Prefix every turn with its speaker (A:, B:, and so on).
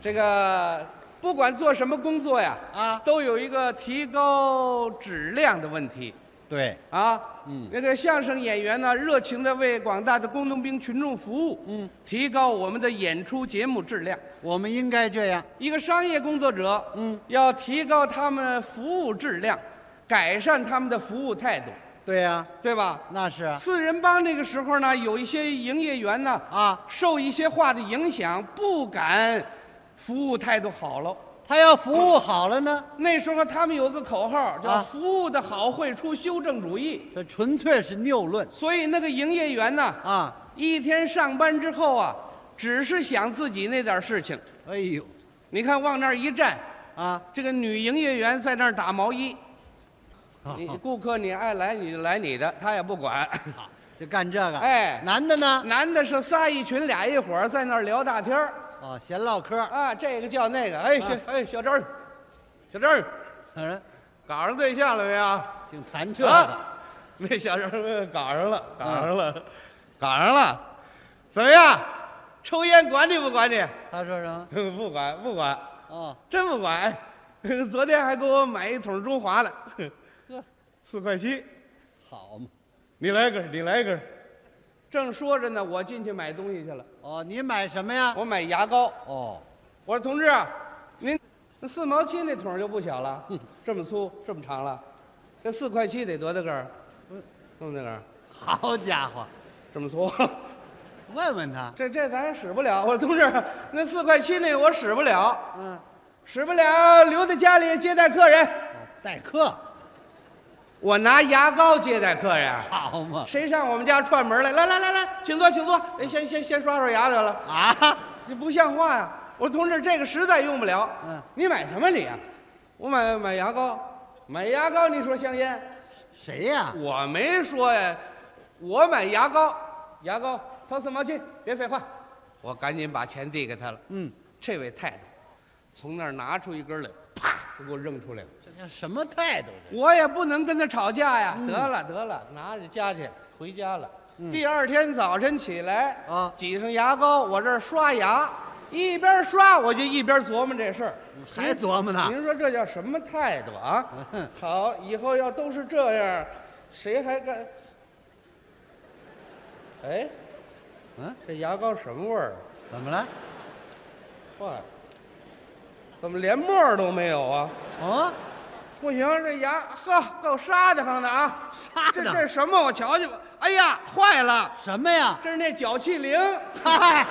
A: 这个不管做什么工作呀，
B: 啊
A: 都有一个提高质量的问题
B: 对，
A: 啊。
B: 嗯
A: 那个相声演员呢，热情地为广大的工农兵群众服务，
B: 嗯，
A: 提高我们的演出节目质量。
B: 我们应该这样。
A: 一个商业工作者，
B: 嗯，
A: 要提高他们服务质量，改善他们的服务态度，
B: 对呀、
A: 对吧？
B: 那是啊
A: 四人帮那个时候呢，有一些营业员呢，
B: 啊，
A: 受一些话的影响，不敢服务态度好了。
B: 他要服务好了呢，
A: 那时候他们有个口号叫“
B: 啊
A: 服务的好会出修正主义
B: 这纯粹是谬论”，
A: 所以那个营业员呢，
B: 啊！
A: 一天上班之后啊，只是想自己那点事情。
B: 哎呦，
A: 你看往那儿一站，
B: 啊，
A: 这个女营业员在那儿打毛衣，你顾客你爱来你就来你的，她也不管。
B: 就干这个。
A: 哎
B: 男的呢？
A: 男的是仨一群俩一伙儿在那儿聊大天儿
B: 哦，闲唠嗑儿。
A: 啊，这个叫那个，哎小哎小张儿，小张儿，
B: 嗯，
A: 搞上对象了没有？
B: 净谈这个。
A: 啊那小张儿搞上了，搞上
B: 嗯
A: 了，搞上了，怎么样？抽烟管你不管你？
B: 他说什么？
A: 不管不管，
B: 哦，
A: 真不管。 哎昨天还给我买一桶中华呢，
B: 呵，
A: 四块七。
B: 好嘛。
A: 你来一根儿，你来一根儿。正说着呢，我进去买东西去了。
B: 哦，你买什么呀？
A: 我买牙膏，
B: 哦，
A: 我说同志啊，您那四毛七那桶就不小了，这么粗，这么长了，这四块七得多大个儿？这么大个儿，
B: 好家伙，
A: 这么粗。
B: 问问他。
A: 这这咱也使不了。我说同志，那四块七那个我使不了，
B: 嗯，
A: 使不了，留在家里接待客人。
B: 哦待客，
A: 我拿牙膏接待客人，
B: 好嘛。
A: 谁上我们家串门来？来来来来，请坐，请坐。哎先先先刷刷牙得了，
B: 啊，
A: 这不像话呀、我说同志，这个实在用不了。
B: 嗯，
A: 你买什么你、啊？我买买牙膏，买牙膏。你说香烟？
B: 谁呀？
A: 我没说呀，我买牙膏，牙膏掏四毛七，别废话。我赶紧把钱递给他了。
B: 嗯，
A: 这位态度，从那儿拿出一根来，啪，就给我扔出来了。
B: 这叫什么态度？
A: 我也不能跟他吵架呀，
B: 嗯
A: 得了得了，拿着家去，回家了。第二天早晨起来
B: 啊
A: 挤上牙膏，我这儿刷牙，一边刷我就一边琢磨这事儿。
B: 这还琢磨呢？
A: 您说这叫什么态度啊？
B: 嗯
A: 好，以后要都是这样，谁还敢？哎，
B: 嗯，
A: 这牙膏什么味儿啊？
B: 怎么了？
A: 坏了，怎么连沫儿都没有啊？
B: 哦，
A: 不行，这牙呵够沙的慌的啊！
B: 沙
A: 这
B: 的
A: 这什么？我瞧瞧吧。哎呀，坏了，哎
B: 什么呀？
A: 这是那脚气灵。
B: 嗨，